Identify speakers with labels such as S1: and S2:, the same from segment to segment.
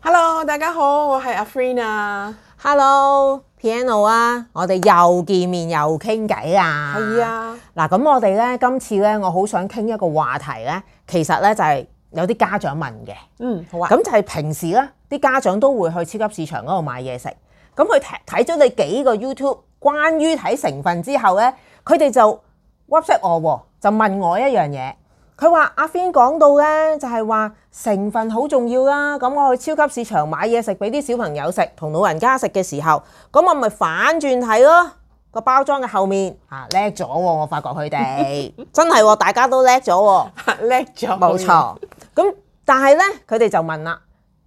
S1: Hello，大家好，我係阿 Freen 啊。
S2: Hello，Piano 啊，我哋又見面又傾偈啦。
S1: 係。啊，
S2: 嗱，咁我哋咧今次咧，我好想傾一個話題咧，其實咧就係有啲家長問嘅。
S1: 嗯，好啊。
S2: 咁就係平時咧，啲家長都會去超級市場嗰度買嘢食。咁佢睇睇咗你幾個 YouTube 關於睇成分之後咧，佢哋就 WhatsApp 我喎，就問我一樣嘢。佢話阿 Fin 講到咧，就係話成分好重要啦。咁我去超級市場買嘢食俾啲小朋友食，同老人家食嘅時候，咁我咪反轉睇咯。個包裝嘅後面啊，叻咗喎！我發覺佢哋真係喎，大家都叻咗喎。
S1: 啊叻咗，
S2: 冇。錯。咁但係咧，佢哋就問啦。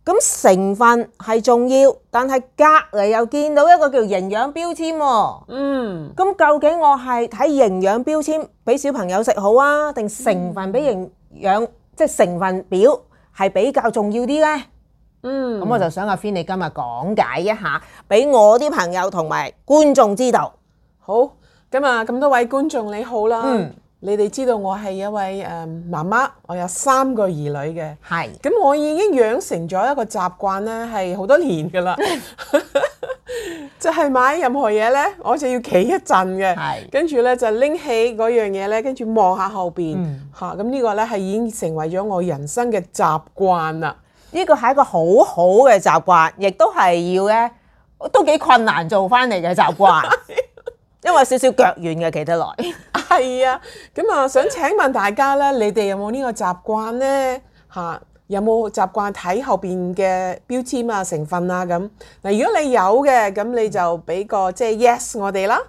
S2: 咁成分係重要，但係隔離又見到一個叫營養標籤喎。
S1: 嗯，
S2: 咁究竟我係睇營養標籤俾小朋友食好啊，定成分俾營養即係成分表係比較重要啲呢？
S1: 嗯，
S2: 咁我就想阿 Fin 你今日講解一下，俾我啲朋友同埋觀眾知道。
S1: 好。咁啊，咁多位觀眾你好啦。
S2: 嗯
S1: 你哋知道我係一位誒、嗯、媽媽，我有三個兒女嘅。
S2: 係。
S1: 咁我已經養成咗一個習慣呢，係好多年㗎啦。 就係買任何嘢呢，我就要企一陣嘅
S2: 係，
S1: 跟住呢，就拎起嗰樣嘢呢，跟住望下後邊
S2: 嗯
S1: 嚇。咁呢、個呢，係已經成為咗我人生嘅習慣啦。
S2: 呢個係一個好好嘅習慣，亦都係要咧都幾困難做翻嚟嘅習 慣，因為少少腳軟嘅企得耐。
S1: 係啊，咁啊，想請問大家呢，你哋有冇呢個習慣呢？嚇、有冇習慣睇後邊嘅標籤啊、成分啊咁？嗱，如果你有嘅，咁你就俾個即係 yes 我哋啦。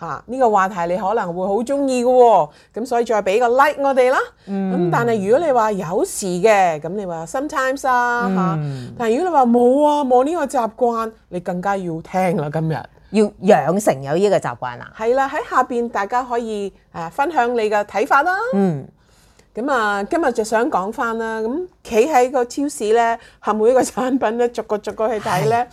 S1: 嚇、呢、個話題你可能會好中意嘅喎，咁所以再俾個 like 我哋啦。咁、但係如果你話有時嘅，咁你話 sometimes 啊嚇、但係如果你話冇啊冇呢個習慣，你更加要聽啦今日。
S2: 要養成有呢個習慣 啊！
S1: 係啦，喺下邊大家可以誒、呃分享你嘅睇法啦。
S2: 嗯，
S1: 咁啊，今日就想講翻啦。咁企喺個超市咧，係每一個產品咧，逐個逐個去睇咧，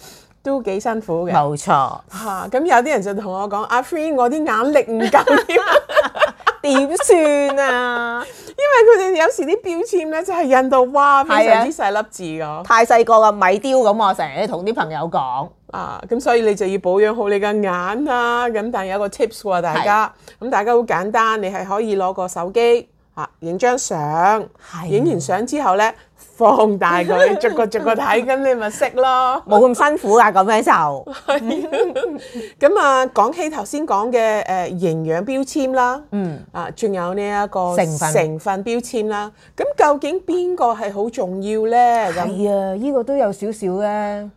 S1: 都幾辛苦嘅。嚇
S2: 冇錯。
S1: 咁、有啲人就同我講：阿 Free，我啲眼力唔夠添，啊
S2: 點算啊？
S1: 因為佢哋有時啲標籤咧，真係印到哇非常之細粒字㗎。
S2: 太細個啦，米雕咁我成日都同啲朋友講。
S1: 啊，咁所以你就要保養好你嘅眼啦。咁但係有個 tips 喎，大家咁大家好簡單，你係可以攞個手機啊影張相，
S2: 係
S1: 影完相之後咧放大 佢，逐個逐個睇，咁你咪識咯。
S2: 冇咁辛苦啦，啊咁樣就
S1: 咁啊，講起頭先講嘅誒營養標籤啦，
S2: 嗯，
S1: 啊，仲有呢一個
S2: 成分
S1: 成分標籤啦。咁究竟邊個係好重要咧？咁
S2: 係啊，呢個都有少少咧。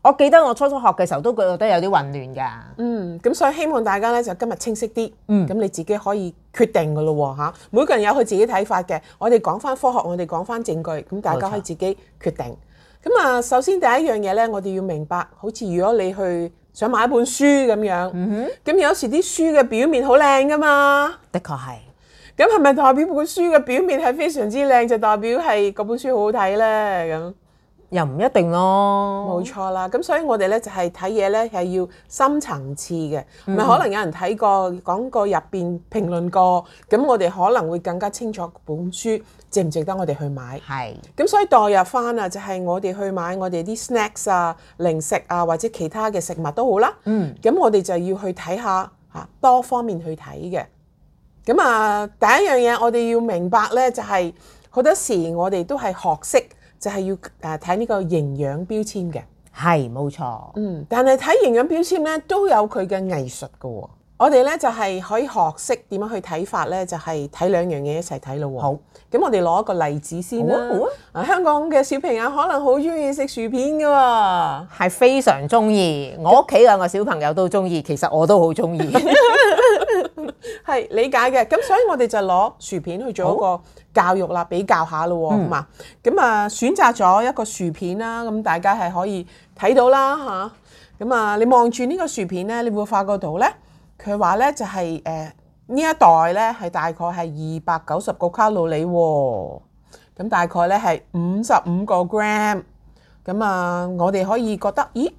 S2: 我記得我初初學嘅時候都覺得有啲混亂㗎。
S1: 嗯，咁所以希望大家咧就今日清晰啲，咁、
S2: 嗯
S1: 你自己可以決定噶咯喎嚇。每個人有佢自己睇法嘅，我哋講翻科學，我哋講翻證據，咁大家
S2: 冇錯
S1: 可以自己決定。咁啊，首先第一樣嘢咧，我哋要明白，好似如果你去想買一本書咁樣，咁、有時啲書嘅表面好靚噶嘛。
S2: 的確係。
S1: 咁係咪代表本書嘅表面係非常之靚，就代表係嗰本書好好睇呢？
S2: 又唔一定
S1: 咁
S2: 咯，
S1: 冇錯啦。咁所以我哋呢，就係睇嘢呢，係要深層次嘅，唔係可能有人睇過講過入邊評論過，咁我哋可能會更加清楚本書值唔值得我哋去買。
S2: 係
S1: 咁所以代入翻啊，就係我哋去買我哋啲 snacks 啊、零食啊，或者其他嘅食物都好啦。
S2: 嗯，
S1: 咁我哋就要去睇下嚇，多方面去睇嘅。咁啊，第一樣嘢我哋要明白呢，就係、好多時我哋都係學識，就係要誒啊睇呢個營養標籤嘅。
S2: 係冇錯，
S1: 嗯，但係睇營養標籤咧，都有佢嘅藝術嘅喎。我哋咧就係、可以學識點樣去睇法咧，就係、睇兩樣嘢一齊睇咯喎。
S2: 好，
S1: 咁我哋攞一個例子先啦。
S2: 好啊好啊
S1: 香港嘅小朋友可能好中意食薯片嘅喎。
S2: 係非常中意。我屋企兩個小朋友都中意，其實我都好 中意。
S1: 係理解嘅，咁所以我哋就攞薯片去做一個教育啦，比較下咯喎，咁啊，咁啊選擇咗一個薯片啦，咁大家係可以睇到啦吓，咁啊，你望住呢個薯片咧，你會發覺到咧，佢話咧就係誒呢一袋咧係大概係二百九十個卡路里喎，咁大概咧係五十五個 gram，咁啊，我哋可以覺得，咦？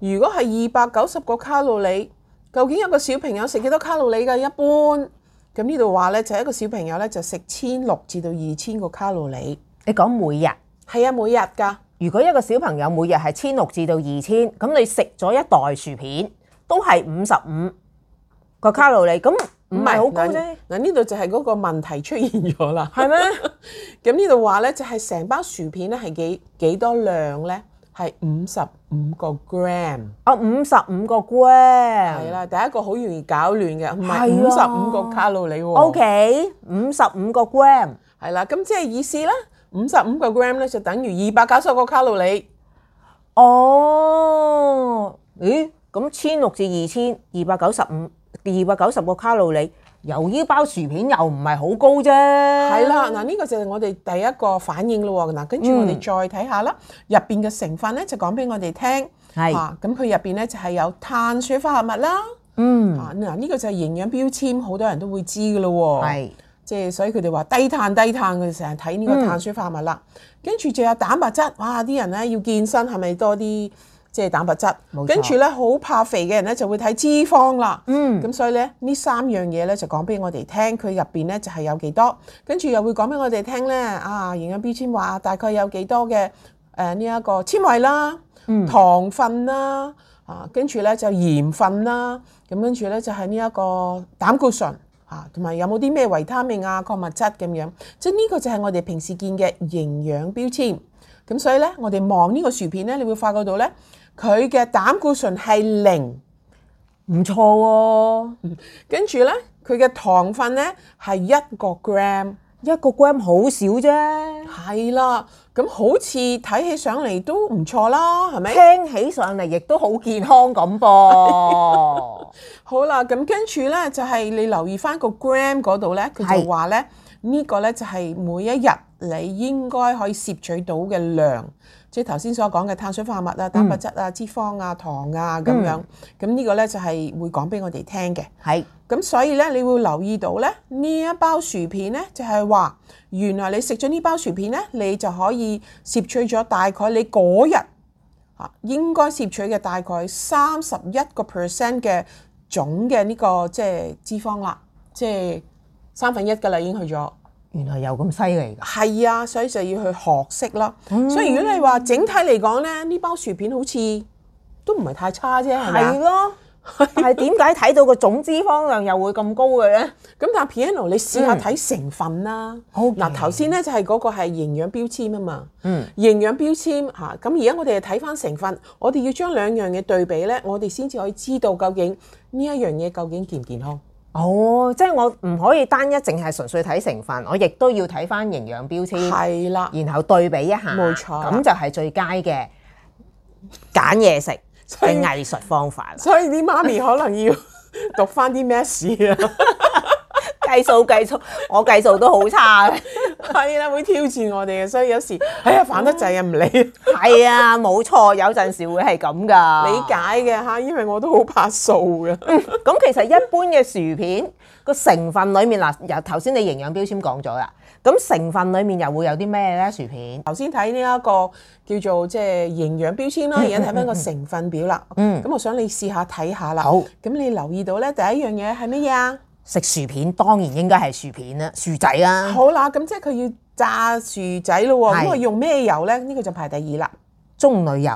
S1: 如果係二百九十個卡路里，究竟一個小朋友食幾多卡路里㗎？一般咁呢度話呢，就係一個小朋友呢，就食千六至到二千個卡路里，
S2: 你講每日
S1: 係啊，每日㗎。
S2: 如果一個小朋友每日係千六至到二千，咁你食咗一袋薯片都係五十五個卡路里，咁唔係好高啫
S1: 嗱，嗱呢度就係嗰個問題出現咗啦。
S2: 係咩？
S1: 咁呢度話咧，就係成包薯片咧係幾幾多量咧？係五十五個 gram，
S2: 啊，五十五個 gram，
S1: 係啦。第一個好容易搞亂嘅，唔係五
S2: 係啊
S1: 十五個卡路里喎。
S2: O K，五十五個 gram，
S1: 係啦，咁即係意思咧，五十五個 gram 咧就等於二百九十個卡路里。
S2: 哦，咦，咁千六至二千二百九十五，二百九十個卡路里，由於包薯片又唔係好高啫，
S1: 係
S2: 係
S1: 啦，嗱呢個就係我哋第一個反應咯喎。嗱，跟
S2: 嗯
S1: 住我哋再睇下啦，入邊嘅成分咧就講俾我哋聽。
S2: 係
S1: 啊咁佢入邊咧就係有碳水化合物啦。
S2: 嗯，
S1: 啊嗱，呢個就係營養標籤，好多人都會知嘅咯喎。
S2: 係，
S1: 即係所以佢哋話低碳低碳，佢哋成日睇呢
S2: 嗯
S1: 個碳水化合物啦。跟住就有蛋白質，哇！啲人咧要健身係咪多啲即係蛋白質
S2: 冇錯？
S1: 跟住咧好怕肥嘅人咧就會睇脂肪啦。
S2: 嗯，
S1: 咁所以咧呢三樣嘢咧就講俾我哋聽，佢入邊咧就係有幾多，跟住又會講俾我哋聽咧啊營養標籤話大概有幾多嘅誒呢一個纖維啦、糖分啦啊，跟住咧就鹽分啦，咁跟住咧就係呢一個膽固醇。啊，同埋有冇啲咩維他命啊、礦物質咁樣，即係呢個就係我哋平時見嘅營養標籤。咁所以咧，我哋望呢個薯片咧，你會發覺到咧，佢嘅膽固醇係零。
S2: 唔錯喎，
S1: 跟住咧，佢嘅糖分咧係一個 gram，
S2: 一個 gram 好少 啫。
S1: 係啦，咁好似睇起上嚟都唔錯啦，係咪？
S2: 聽起上嚟亦都好健康咁噃。
S1: 好啦，咁跟住咧就係、你留意翻個 gram 嗰度咧，佢
S2: 係
S1: 就話咧呢個咧就係每一日你應該可以攝取到嘅量，即係頭先所講嘅碳水化合物啊、蛋白質啊、脂肪啊、糖啊咁樣。咁、呢個咧就係會講俾我哋聽嘅。
S2: 係
S1: 咁所以咧，你會留意到咧，呢一包薯片咧，就係話原來你食咗呢包薯片咧，你就可以攝取咗大概你嗰日啊應該攝取嘅大概三十一個 percent 嘅總嘅呢、個即係脂肪啦，即係三分一㗎啦，已經去咗。
S2: 原來又咁犀利㗎。
S1: 係啊，所以就要去學識啦。所以如果你話整體嚟講咧，呢包薯片好似都唔係太差啫，係咪啊
S2: 係咯，但係點解睇到個總脂肪量又會咁高嘅咧？
S1: 咁但係 piano 你試下睇成分啦。
S2: 好嘅
S1: 嗱頭先咧就係嗰個係營養標籤啊嘛。
S2: 嗯。
S1: 營養標籤嚇，咁而家我哋睇翻成分，我哋要將兩樣嘢對比咧，我哋先至可以知道究竟呢一樣嘢究竟健唔健康。
S2: 哦，即係我唔可以單一淨係純粹睇成分，我亦都要睇翻營養標籤，
S1: 係啦，
S2: 然後對比一下。
S1: 冇錯
S2: 咁就係最佳嘅揀嘢食
S1: 所以
S2: 嘅藝術方法啦。
S1: 所以啲媽咪可能要 讀翻啲咩事啊，
S2: 計數計數， 我計數都好差嘅。
S1: 係啦，會挑戰我哋嘅，所以有時哎呀煩得滯啊，唔理。
S2: 係啊，冇錯，有陣時會係咁㗎。
S1: 理解嘅嚇，因為我都好怕數嘅。
S2: 咁其實一般嘅薯片個成分裡面嗱，由頭先你營養標籤講咗啦，咁成分裡面又會有啲咩咧？薯片
S1: 頭先睇呢一個叫做即係營養標籤啦，而家睇翻個成分表啦。
S2: 嗯
S1: 咁我想你試下睇下啦。
S2: 好
S1: 咁你留意到咧，第一樣嘢係乜嘢啊？
S2: 食薯片當然應該係薯片啦，薯仔啦，
S1: 好啦，咁即係佢要炸薯仔咯喎。
S2: 嗯係
S1: 咁佢用咩油咧？呢個就排第二啦。
S2: 棕櫚油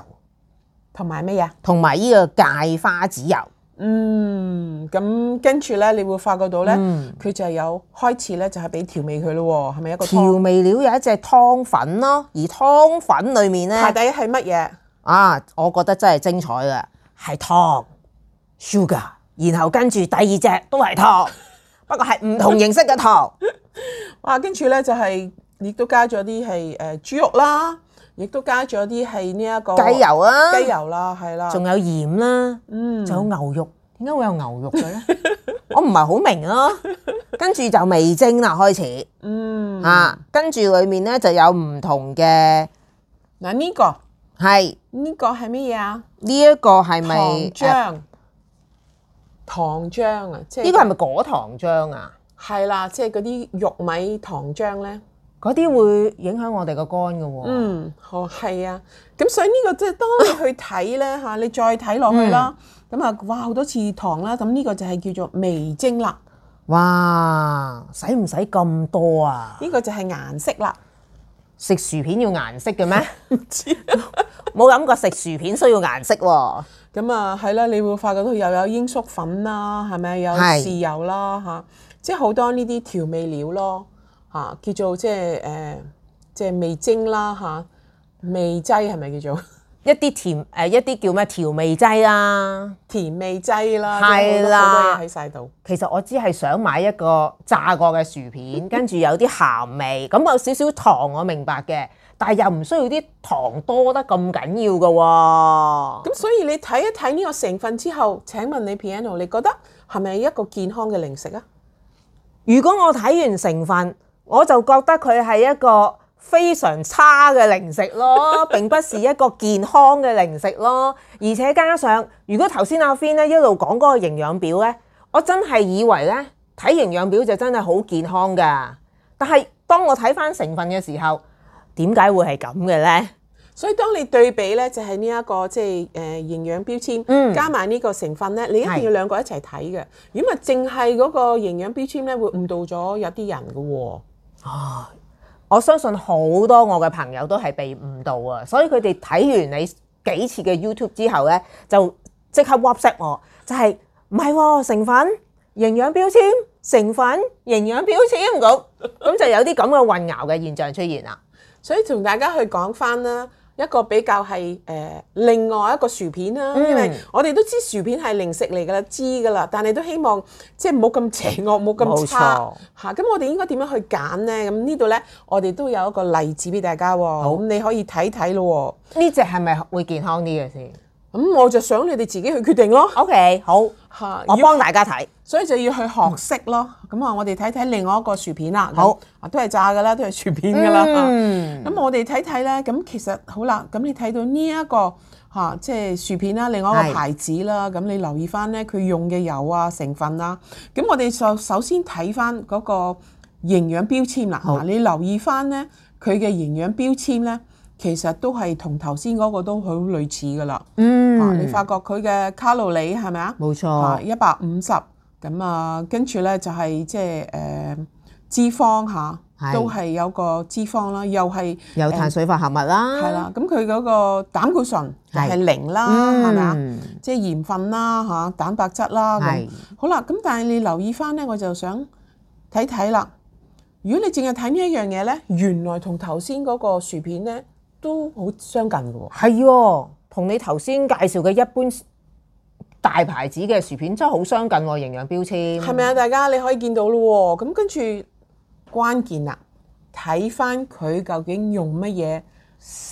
S1: 同埋乜嘢？啊
S2: 同埋呢個芥花籽油，
S1: 嗯，咁跟住咧，你會發覺到咧，
S2: 嗯
S1: 佢就有開始咧，就係俾調味佢咯喎。係咪一個
S2: 調
S1: 湯？
S2: 味料有一隻湯粉咯，而湯粉裡面
S1: 排
S2: 咧
S1: 第一係乜嘢？
S2: 啊，我覺得真係精彩啦，係糖 sugar，然後跟住第二隻都係 糖，不過係唔同形式嘅糖，
S1: 哦哇！跟住咧就係、亦都加咗啲係誒豬肉啦，亦都加咗啲係呢一個
S2: 雞油啊，
S1: 雞油啦，係啦，
S2: 仲有鹽啦。
S1: 嗯，
S2: 仲有牛肉，點解會有牛肉嘅咧？ 我唔係好明咯。跟住就味精啦，開始、
S1: 嗯，
S2: 啊，跟住裡面咧就有唔同嘅，
S1: 嗱呢個
S2: 係
S1: 呢個係乜嘢啊？
S2: 呢一個係
S1: 糖
S2: 咪？誒
S1: 漿，糖漿啊，即係
S2: 呢個係咪果糖漿啊？
S1: 係啦，即係嗰啲玉米糖漿咧。
S2: 嗰啲會影響我哋個肝嘅喎。
S1: 嗯，好係啊，咁所以呢個即係當你去睇 咧嚇，你再睇落去啦，
S2: 嗯
S1: 咁啊哇好多次糖啦，咁呢個就係叫做味精啦，
S2: 哇，使唔使咁多啊？
S1: 呢個就係顏色啦。
S2: 食薯片要顏色嘅咩？
S1: 唔知
S2: 冇諗過食薯片需要顏色喎。
S1: 咁啊，係啦，你會發覺到又有罂粟粉啦，係咪有
S2: 係
S1: 豉油啦嚇、即係好多呢啲調味料咯嚇、叫做即係誒、呃即係味精啦嚇、味劑係咪叫做
S2: 一啲甜誒一啲叫咩調味劑啦。
S1: 甜味劑啦？
S2: 係
S1: 即係好多
S2: 啦
S1: 好多嘢喺晒度。
S2: 其實我只係想買一個炸過嘅薯片，跟住有啲鹹味，咁有少少糖我明白嘅，但係又唔需要啲糖多得咁緊要嘅喎。
S1: 咁所以你睇一睇呢個成分之後，請問你 Piano，你覺得係咪一個健康嘅零食啊？
S2: 如果我睇完成分，我就覺得佢係一個非常差嘅零食咯，並不是一個健康嘅零食咯。而且加上，如果頭先阿 Fin 咧一路講嗰個營養表咧，我真係以為咧睇營養表就真係好健康噶。但係當我睇翻成分嘅時候，點解會係咁嘅咧？
S1: 所以當你對比咧，就係呢一個即係誒呃營養標籤，
S2: 嗯
S1: 加埋呢個成分咧，你一定要
S2: 係
S1: 兩個一齊睇嘅。如果唔係，淨係嗰個營養標籤咧，會誤導咗有啲人嘅喎。
S2: 我相信好多我嘅朋友都係被誤導啊，所以佢哋睇完你幾次嘅 YouTube 之後呢，就即刻 WhatsApp 我，就係唔係喎成分、營養標籤、成分、營養標籤咁，咁就有啲咁嘅混淆嘅現象出現啦。
S1: 所以同大家去講翻啦，一個比較係誒、呃另外一個薯片啦，
S2: 嗯
S1: 因為我哋都知薯片係零食嚟㗎啦，知㗎啦，但係都希望即係冇咁邪惡，冇咁差
S2: 冇錯
S1: 嚇。咁、我哋應該點樣去揀呢？咁呢度呢，我哋都有一個例子俾大家喎，咁你可以睇睇咯
S2: 呢只係咪會健康啲嘅先
S1: 喎。咁我就想你哋自己去決定咯
S2: ？OK，好，我
S1: 嚇。要
S2: 幫大家睇。
S1: 所以就要去學識咯。咁啊，我哋睇睇另外一個薯片啦。咁
S2: 好，
S1: 啊都係炸噶啦，都係薯片噶啦。
S2: 嗯
S1: 咁我哋睇睇咧，咁其實好啦。咁你睇到呢、一個嚇、即係薯片啦，另外一
S2: 係
S1: 個牌子啦。咁你留意翻咧，佢用嘅油啊、成分啦。咁我哋就首先睇翻嗰個營養標籤啦。
S2: 好
S1: 嗱，你留意翻咧，佢嘅營養標籤咧，其實都係同頭先嗰個都好類似噶啦。啊你
S2: 嗯，哦
S1: 發覺佢嘅卡路里係咪啊？
S2: 冇錯
S1: 啊，一百五十咁啊，跟住咧就係即係誒脂肪嚇
S2: 係，
S1: 都係有個脂肪啦，又係
S2: 有碳水化合物啦，
S1: 係，啦，咁佢嗰個膽固醇就係
S2: 啊係
S1: 零啦，係咪啊？
S2: 嗯，
S1: 即係鹽分啦嚇，蛋白質啦咁
S2: 係。
S1: 好啦，咁但係你留意翻咧，我就想睇睇啦。如果你淨係睇呢一樣嘢咧，原來同頭先嗰個薯片咧都好相近嘅喎。
S2: 係喎，同你頭先介紹嘅一般大牌子嘅薯片真係好相近喎，營養標籤
S1: 係咪啊？大家你可以見到咯喎，咁跟住關鍵啦，睇翻佢究竟用乜嘢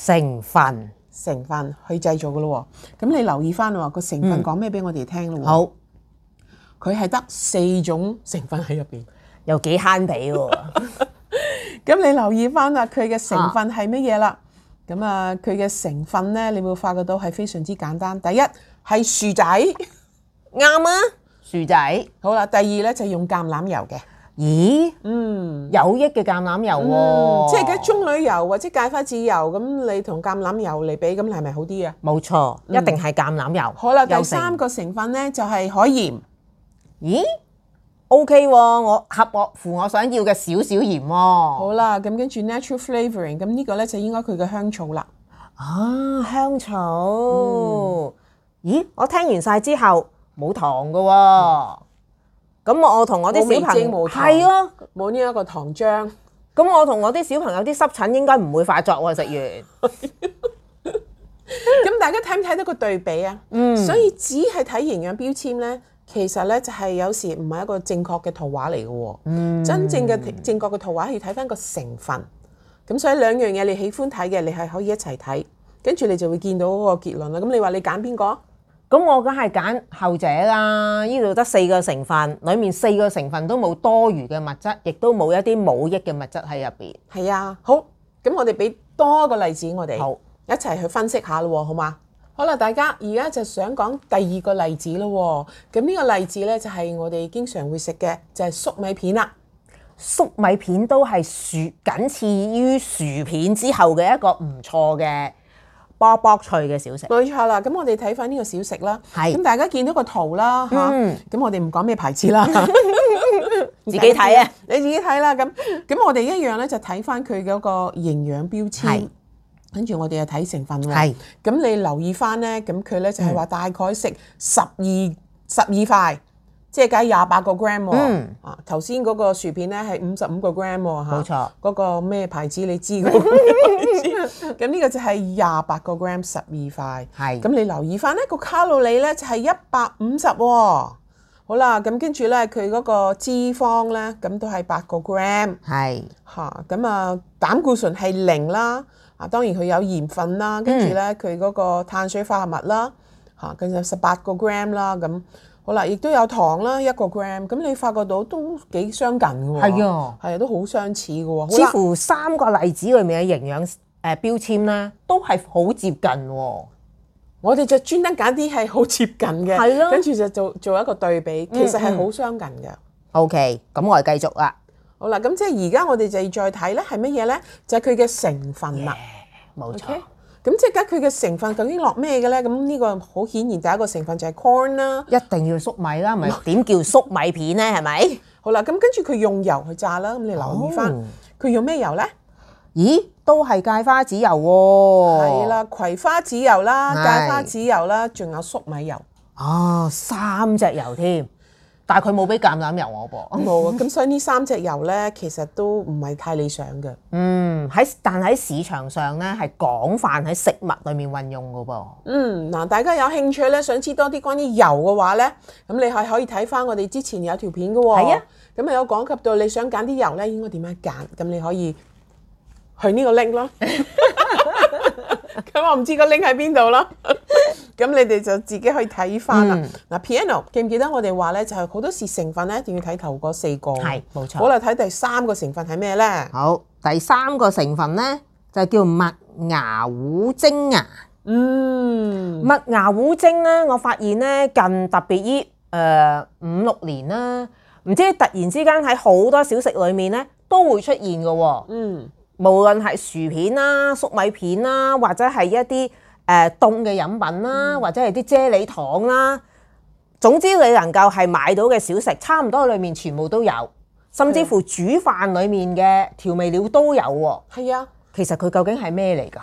S2: 成分
S1: 成分去製造嘅咯喎。咁你留意翻喎，個成分講咩俾我哋聽咯
S2: 好
S1: 喎？佢係得四種成分喺入邊。
S2: 又幾慳俾喎，
S1: 咁你留意翻啦，佢嘅成分係乜嘢啦？咁啊，佢嘅成分呢，你會發覺到係非常之簡單。第一係薯仔，
S2: 啱啊，薯仔，
S1: 好啦。第二呢，就係用橄欖油嘅，
S2: 咦，
S1: 嗯。
S2: 有益嘅橄欖油喎、
S1: 嗯，即係而家棕櫚油或者芥花籽油，咁你同橄欖油嚟比，咁係咪好啲啊？
S2: 冇錯，一定係橄欖油。
S1: 好啦，
S2: 有
S1: 第
S2: 成哦
S1: 三個成分咧就係海鹽，
S2: 咦，OK 喎、我合我符我想要嘅少少鹽喎、
S1: 好啦，咁跟住 natural flavouring，咁呢個咧就應該佢嘅香草啦。
S2: 啊，香草，
S1: 嗯
S2: 咦，我聽完晒之後冇糖嘅喎。咁我同我啲
S1: 冇味
S2: 小朋
S1: 精
S2: 友
S1: 冇糖
S2: 係咯，
S1: 冇呢一個糖漿，
S2: 咁我同我啲小朋友啲濕疹應該唔會發作喎，食完。
S1: 咁大家睇唔睇到個對比啊？
S2: 嗯
S1: 所以只係睇營養標籤咧，其實咧就係有時唔係一個正確嘅圖畫嚟嘅喎。
S2: 嗯
S1: 真正嘅正確嘅圖畫要睇翻個成分。咁所以兩樣嘢你喜歡睇嘅，你係可以一齊睇，跟住你就會見到嗰個結論啦。咁你話你揀邊個？
S2: 咁我梗係揀後者啦，呢度得四個成分，裡面四個成分都冇多餘嘅物質，亦都冇一啲冇益嘅物質喺入邊。
S1: 係啊，好，咁我哋俾多個例子我哋，
S2: 好，
S1: 一齊去分析下咯喎，好嘛？好啦，大家而家就想講第二個例子咯喎，咁呢個例子呢，就係我哋經常會食嘅，就係粟米片啦。
S2: 粟米片都係薯僅次於薯片之後嘅一個唔錯嘅卜卜脆嘅小食。
S1: 冇錯啦，咁我哋睇翻呢個小食啦，
S2: 係
S1: 咁大家見到個圖啦嚇，咁、
S2: 嗯
S1: 我哋唔講咩牌子啦，
S2: 自己睇啊，
S1: 你自己睇啦。咁咁我哋一樣咧就睇翻佢嗰個營養標
S2: 係
S1: 籤，跟住我哋又睇成分喎。
S2: 係嗯
S1: 咁你留意翻咧，咁佢咧就係話大概食十二十二塊，即係計廿八個 gram 喎
S2: 嗯。
S1: 啊，頭先嗰個薯片咧係五十五個 gram 喎嚇
S2: 冇錯
S1: 嗰個咩牌子你知嗰個咩牌子咁呢個就係廿八個 gram 十二塊。
S2: 係
S1: 咁你留意翻呢個卡路里咧就係一百五十喎。好啦，咁跟住咧佢嗰個脂肪咧咁都係八個 gram。
S2: 係
S1: 嚇，咁啊膽固醇係零啦，啊當然佢有鹽分啦，跟住
S2: 嗯
S1: 咧佢嗰個碳水化合物啦，嚇跟住十八個 gram 啦，咁好啦，亦都有糖啦一個 gram，咁你發覺到都幾相近嘅喎，
S2: 係啊
S1: 係啊，都好相似嘅喎，
S2: 似
S1: 好啦，
S2: 乎三個例子裏面嘅營養誒標籤咧，都係好接近喎。
S1: 我哋就專登揀啲係好接近嘅，
S2: 係咯
S1: 跟住就做做一個對比，其實係
S2: 嗯
S1: 好相近嘅。
S2: OK，咁我哋繼續啦，
S1: 好啦，咁即係而家我哋就再睇咧係乜嘢咧？就係佢嘅成分啦。
S2: 冇
S1: OK，
S2: 錯，
S1: 咁即係而家佢嘅成分究竟落咩嘅咧？咁呢個好顯然第一個成分就係 corn 啦。
S2: 一定要粟米 啦，咪點叫粟米片咧？係咪？
S1: 好啦，咁跟住佢用油去炸啦。咁你留意翻
S2: 哦
S1: 佢用咩油咧？
S2: 咦，都係芥花籽油喎、
S1: 係，啦，葵花籽油啦、
S2: 哦係
S1: 芥花籽油啦，仲有粟米油。
S2: 啊，三隻油添，但係佢冇俾橄欖油我噃。
S1: 冇啊，咁所以呢三隻油咧，其實都唔係太理想嘅。
S2: 嗯，喺但喺市場上咧係廣泛喺食物裏面運用嘅噃。
S1: 嗯，嗱，大家有興趣咧，想知多啲關於油嘅話咧，咁你係可以睇翻我哋之前有條片嘅喎。
S2: 係啊，
S1: 咁啊有講及到你想揀啲油咧，應該點樣揀？咁你可以去呢個 link 咯。咁我唔知個 link 喺邊度啦。咁你哋就自己去睇翻啦。
S2: 嗯
S1: 嗱、p i a n o 記唔記得我哋話咧，就係好多時成分咧一定要睇頭嗰四個。
S2: 係冇錯
S1: 好啦，睇第三個成分係咩咧？
S2: 好，第三個成分咧就叫麥芽糊精啊。
S1: 嗯，
S2: 麥芽糊精咧，我發現咧近特別依誒五六年啦，唔知突然之間喺好多小食裏面咧都會出現嘅喎。
S1: 嗯，
S2: 無論係薯片啦、粟米片啦，或者係一啲誒凍嘅飲品啦，或者係啲啫喱糖啦，總之你能夠係買到嘅小食，差唔多裏面全部都有，甚至乎煮飯裡面嘅調味料都有喎。
S1: 係啊。
S2: 其實佢究竟係咩嚟㗎？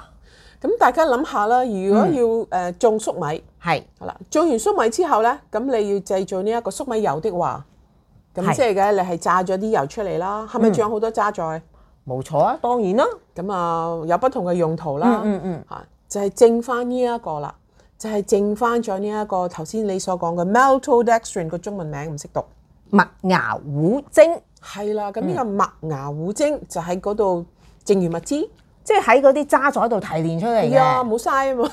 S1: 咁大家諗下啦，如
S2: 嗯
S1: 果要誒、呃種粟米。
S2: 係
S1: 好啦，做完粟米之後呢，咁你要製造呢一個粟米油的話，咁
S2: 係
S1: 即係嘅，你係炸咗啲油出嚟啦，係咪仲有好多渣在？
S2: 冇錯啊，當然啦。
S1: 咁啊，有不同嘅用途啦，
S2: 嗯嗯
S1: 嚇就係剩翻呢一個啦，就係剩翻咗呢一個頭先你所講嘅 maltodextrin 個中文名唔識讀，
S2: 麥芽糊精，
S1: 係啦，咁呢個麥芽糊精就喺嗰度剩餘物資，
S2: 即係喺嗰啲渣滓度提煉出嚟
S1: 係啊，
S2: 嘅。
S1: 冇嘥啊嘛，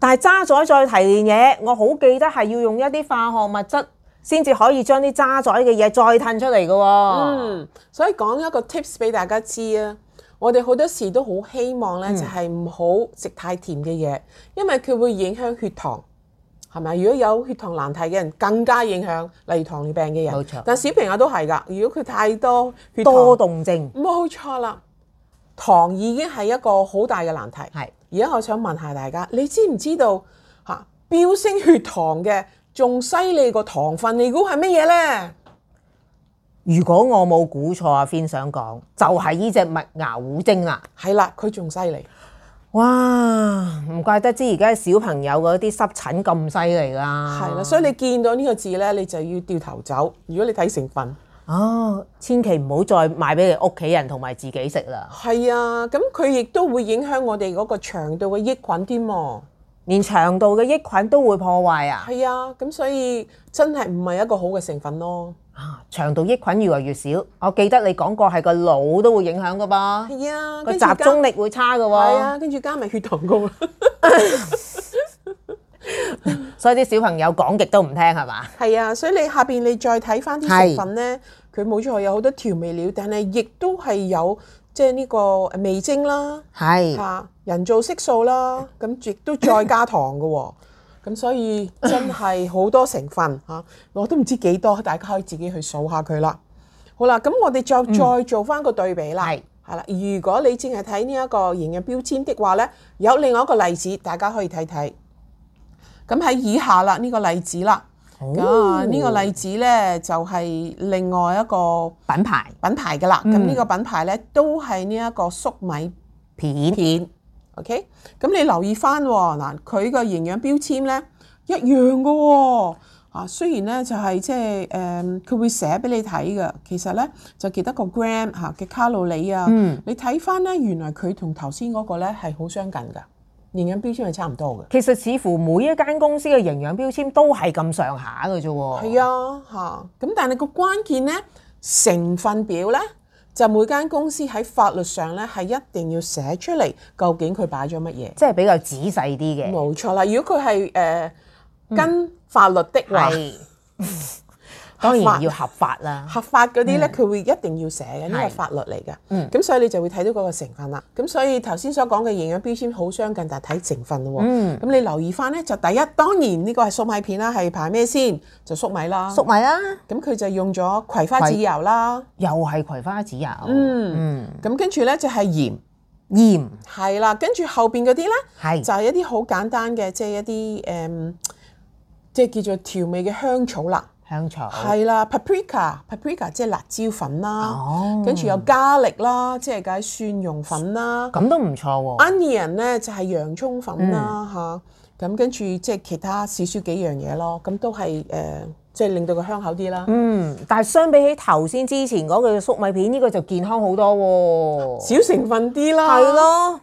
S2: 但係渣滓再提煉嘢，我好記得係要用一啲化學物質先至可以將啲渣滓嘅嘢再褪出嚟嘅喎。
S1: 嗯，所以講一個 tips 俾大家知啊。我哋好多時都好希望
S2: 嗯
S1: 咧，就係唔好食太甜嘅嘢，因為佢會影響血糖，係咪？如果有血糖難題嘅人，更加影響，例如糖尿病嘅人。
S2: 冇錯
S1: 但小朋友都係㗎，如果佢太多血糖，
S2: 多動症
S1: 冇錯啦，糖已經係一個好大嘅難題。
S2: 係
S1: 而家我想問下大家，你知唔知道嚇、飆升血糖嘅仲犀利過糖分？你估係乜嘢呢？
S2: 如果我冇估錯啊，Fin 想講就係呢只麥芽糊精啦。
S1: 係啦，佢仲犀利。
S2: 哇！唔怪得知而家小朋友嗰啲濕疹咁犀利啦。
S1: 係啦，所以你見到呢個字咧，你就要掉頭走。如果你睇成分，
S2: 哦，千祈唔好再買俾你屋企人同埋自己食啦，
S1: 係啊，咁佢亦都會影響我哋嗰個腸道嘅益菌添喎。
S2: 連腸道嘅益菌都會破壞啊！
S1: 係啊，咁所以真係唔係一個好嘅成分咯。
S2: 啊，腸道益菌越嚟越少。我記得你講過係個腦都會影響噶噃，
S1: 係啊，
S2: 個
S1: 跟住
S2: 集
S1: 加
S2: 中力會差噶
S1: 係
S2: 喎。
S1: 啊，跟住加埋血糖高啦。
S2: 所以啲小朋友講極都唔聽係嘛？
S1: 係啊，所以你下邊你再睇翻啲
S2: 係
S1: 成分咧，佢冇錯有好多調味料，但係亦都係有即係呢個味精啦。
S2: 係
S1: 嚇啊人造色素啦，咁亦都再加糖嘅喎。咁所以真係好多成分嚇，我都唔知幾多，大家可以自己去數下佢啦。好啦，咁我哋就再做翻個對比啦。
S2: 係
S1: 係啦，如果你淨係睇呢一個營養標籤的話呢，有另外一個例子，大家可以睇睇。咁喺以下啦，呢、個例子啦，咁
S2: 哦
S1: 啊呢個例子咧就係另外一個
S2: 品牌
S1: 品牌噶啦。咁
S2: 嗯
S1: 呢個品牌咧都係呢一個粟米
S2: 片
S1: 片，OK？咁你留意翻喎，嗱佢個營養標籤咧一樣噶喎。啊，雖然咧就係即係誒，佢會寫俾你睇嘅，其實咧就記得個 gram 嚇嘅卡路里啊。
S2: 嗯，
S1: 你睇翻咧，原來佢同頭先嗰個咧係好相近㗎，營養標籤係差唔多嘅。
S2: 其實似乎每一間公司嘅營養標籤都係咁上下嘅啫喎。
S1: 係啊，嚇、咁但係個關鍵咧，成分表咧就每間公司喺法律上咧係一定要寫出嚟，究竟佢擺咗乜嘢。
S2: 即係比較仔細啲嘅。
S1: 冇錯啦，如果佢係誒跟法律的話，
S2: 嗯係， 當然要合法啦。
S1: 合法嗰啲咧，佢、會一定要寫嘅，呢個
S2: 嗯係
S1: 法律嚟嘅。
S2: 嗯
S1: 咁所以你就會睇到嗰個成分啦。咁所以頭先所講嘅營養標籤好相近，但係睇成分咯喎。
S2: 嗯
S1: 咁你留意翻咧，就第一當然呢個係粟米片啦，係排咩先？就粟米啦。
S2: 粟米啦，
S1: 咁佢就用咗葵花籽油啦。
S2: 又係葵花籽油。啊
S1: 嗯
S2: 嗯，
S1: 咁跟住咧就係鹽，
S2: 鹽
S1: 係啦。跟住後邊嗰啲咧
S2: 係
S1: 就係一啲好簡單嘅，即係一啲誒、嗯即係叫做調味嘅香草啦。
S2: 香草。
S1: 係啦，paprika，paprika 即係辣椒粉啦，
S2: 哦，
S1: 跟住有咖力啦，即係解蒜蓉粉啦
S2: 咁都唔錯喎。
S1: ，onion 咧就係洋葱粉
S2: 嗯
S1: 啦嚇，咁跟住即係其他少少幾樣嘢咯，咁都係誒，即係令到佢香口啲啦。
S2: 嗯，但係相比起頭先之前嗰個粟米片，呢、個就健康好多喎、
S1: 少成分啲啦，
S2: 係，咯，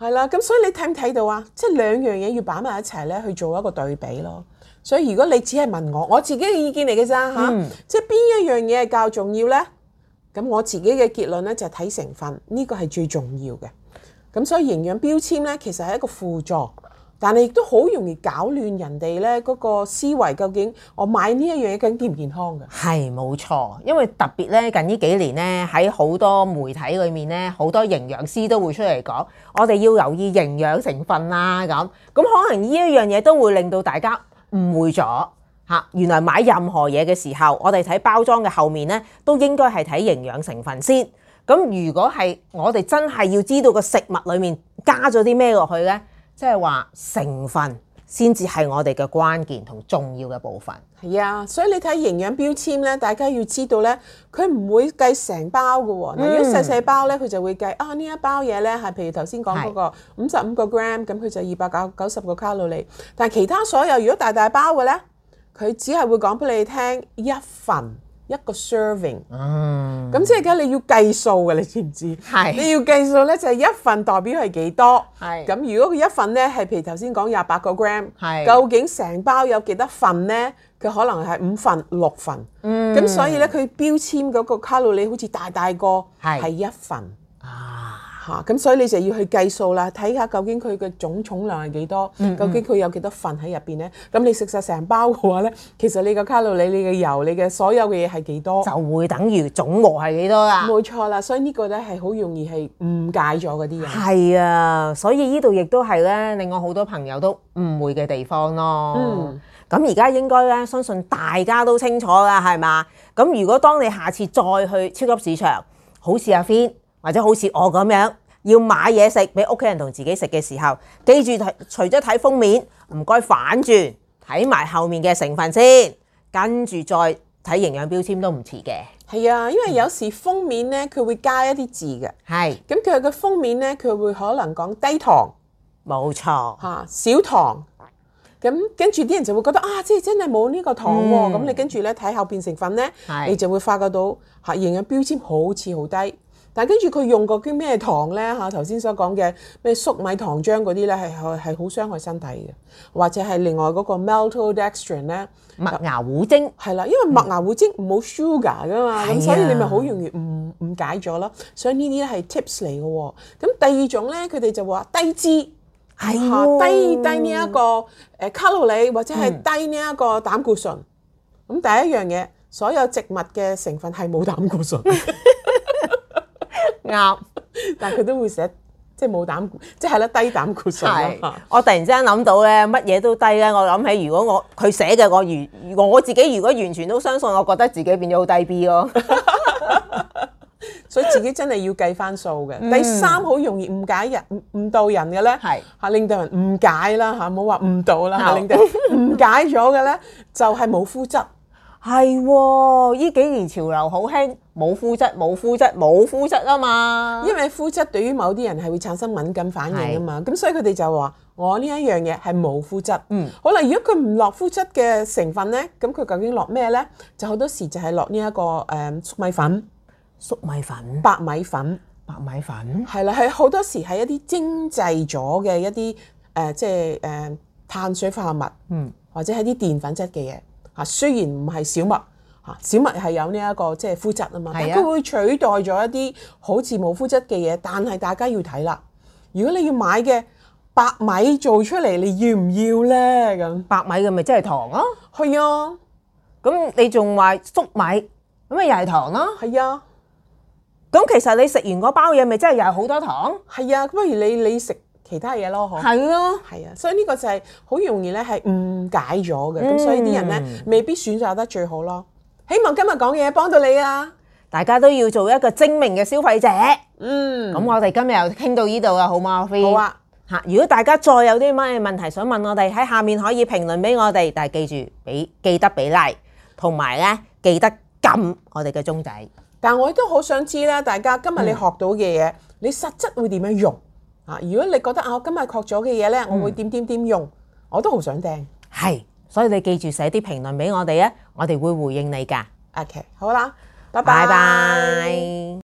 S1: 係啦，咁所以你睇唔睇到啊？即係兩樣嘢要擺埋一齊咧，去做一個對比咯。所以如果你只係問我，我自己嘅意見嚟嘅咋嚇，
S2: 嗯
S1: 即係邊一樣嘢係較重要呢？咁我自己嘅結論呢，就係、睇成分，呢個係最重要嘅。咁所以營養標籤呢，其實係一個輔助，但係亦都好容易搞亂人哋呢嗰個思維，究竟我買呢一樣嘢究竟健唔健康嘅？
S2: 係冇錯。因為特別咧，近呢幾年咧，喺好多媒體裏面咧，好多營養師都會出嚟講，我哋要留意營養成分啦、咁。咁可能呢一樣嘢都會令到大家誤會咗。嚇！原來買任何嘢嘅時候，我哋睇包裝嘅後面呢，都應該係睇營養成分先。咁如果係我哋真係要知道個食物裡面加咗啲咩落去呢，即係話成分先至係我哋嘅關鍵同重要嘅部分。
S1: 係啊，所以你睇營養標籤咧，大家要知道咧，佢唔會計成包嘅喎。嗱、
S2: 嗯
S1: 如果細細包咧，佢就會計啊呢一包嘢咧係譬如頭先講嗰個五十五個 gram，咁佢就二百九九十個卡路里。但係其他所有如果大大包嘅咧，佢只係會講俾你聽一份一個 serving。
S2: 嗯，
S1: 咁即係而家你要計數嘅，你知唔知？
S2: 係
S1: 你要計數咧，就係一份代表係幾多？
S2: 係
S1: 咁如果佢一份咧係譬如頭先講廿八個 gram，
S2: 係
S1: 究竟成包有幾多份呢？佢可能係五份、六份，咁、所以咧佢標籤嗰個卡路里好似大大個
S2: 係
S1: 係一份
S2: 啊，
S1: 嚇，咁、所以你就要去計數啦，睇下究竟佢嘅總重量係幾多，究竟佢有幾多份喺入邊呢？咁你食晒成包嘅話呢，其實你個卡路里、你嘅油、你嘅所有嘅嘢係幾多？
S2: 就會等於總和係幾多啊
S1: 哦
S2: 啦？
S1: 冇錯啦，所以呢個咧係好容易係誤解咗嗰啲人。
S2: 係啊，所以呢度亦都係咧，令我好多朋友都誤會嘅地方咯。
S1: 嗯，
S2: 咁而家應該咧，相信大家都清楚啦，係嘛？咁如果當你下次再去超級市場，好似阿 Fin 或者好似我咁樣，要買嘢食俾屋企人同自己食嘅時候，記住睇除咗睇封面，唔該反轉睇埋後面嘅成分先，跟住再睇營養標籤都唔遲嘅。
S1: 係啊，因為有時封面咧佢會加一啲字嘅。
S2: 係，
S1: 咁佢嘅封面咧，佢會可能講低糖
S2: 冇錯。
S1: 嚇、少糖。咁跟住啲人就會覺得啊，即係真係冇呢個糖喎、
S2: 嗯
S1: 咁、你跟住咧睇後邊成分咧
S2: 係，
S1: 你就會發覺到嚇營養標籤好似好低，但係跟住佢用過啲咩糖咧嚇？頭、先所講嘅咩粟米糖漿嗰啲咧係係係好傷害身體嘅，或者係另外嗰個 maltodextrin 咧。
S2: 麥芽糊精
S1: 係啦，因為麥芽糊精冇 sugar 噶嘛，
S2: 係啊
S1: 咁所以你咪好容易誤誤解咗咯。所以呢啲咧係 tips 嚟嘅喎。咁第二種咧，佢哋就話低脂，
S2: 係
S1: 嚇
S2: 喎
S1: 低低呢一個誒卡路里或者
S2: 嗯
S1: 係低呢一個膽固醇。咁第一樣嘢，所有植物嘅成分係冇膽固醇，
S2: 啱。
S1: 但係佢都會寫即係冇膽固，即係啦低膽固醇啦
S2: 係
S1: 嚇，
S2: 我突然之間諗到咧，乜嘢都低咧。我諗起如果我佢寫嘅，我如我自己如果完全都相信，我覺得自己變咗好低 B 咯。
S1: 所以自己真係要計翻數嘅。第三好容易誤解人誤誤導人嘅咧，
S2: 嗯係
S1: 嚇令到人誤解啦嚇，唔好話誤導啦嚇，
S2: 好
S1: 令到人誤解咗嘅咧就係冇膚質。
S2: 係喎，依幾年潮流好興冇膚質，冇膚質，冇膚質啊嘛。
S1: 因為膚質對於某啲人係會產生敏感反應啊嘛，咁所以佢哋就話我呢一樣嘢係冇膚質。
S2: 嗯，
S1: 好啦，如果佢唔落膚質嘅成分呢，咁佢究竟落咩呢？就好多時就係落呢一個誒、嗯粟米粉、
S2: 粟米粉、
S1: 白米粉，
S2: 白米粉，
S1: 係啦，係好多時係一啲精製咗嘅一啲誒、呃即係誒、呃碳水化合物。
S2: 嗯，
S1: 或者係啲澱粉質嘅嘢嚇，雖然唔係小麥嚇，小麥係有呢、一個即係膚質啊嘛，但
S2: 係啊
S1: 佢會取代咗一啲好似冇膚質嘅嘢，但係大家要睇啦。如果你要買嘅白米做出嚟，你要唔要咧？咁
S2: 白米嘅咪即係糖咯。
S1: 係啊，
S2: 咁你仲話粟米，咁咪又係糖咯。
S1: 係啊，
S2: 咁其實你食完嗰包嘢，咪真係又係好多糖。
S1: 係啊，咁不如你你食其他嘢咯，嗬。
S2: 係咯，
S1: 係啊，所以呢個就係好容易咧係誤解咗嘅，咁、
S2: 嗯
S1: 所以啲人咧未必選擇得最好咯。希望今日講嘅嘢幫到你啊！
S2: 大家都要做一個精明嘅消費者。咁
S1: 嗯，
S2: 我哋今日又傾到呢度啦，好嘛？Free
S1: 好啊，
S2: 嚇！如果大家再有啲咩問題想問我哋，喺下面可以評論俾我哋，但係記住俾記得俾 like，同埋咧記得撳我哋嘅鐘仔。
S1: 但我亦都好想知咧，大家今日你
S2: 嗯
S1: 學到嘅嘢，你實質會點樣用啊？如果你覺得啊，我今日學咗嘅嘢咧，我
S2: 嗯
S1: 會點點點用，我都好想聽。
S2: 係，所以你記住寫啲評論俾我哋啊，我哋會回應你㗎。
S1: OK，好啦，拜
S2: 拜
S1: 拜
S2: 拜。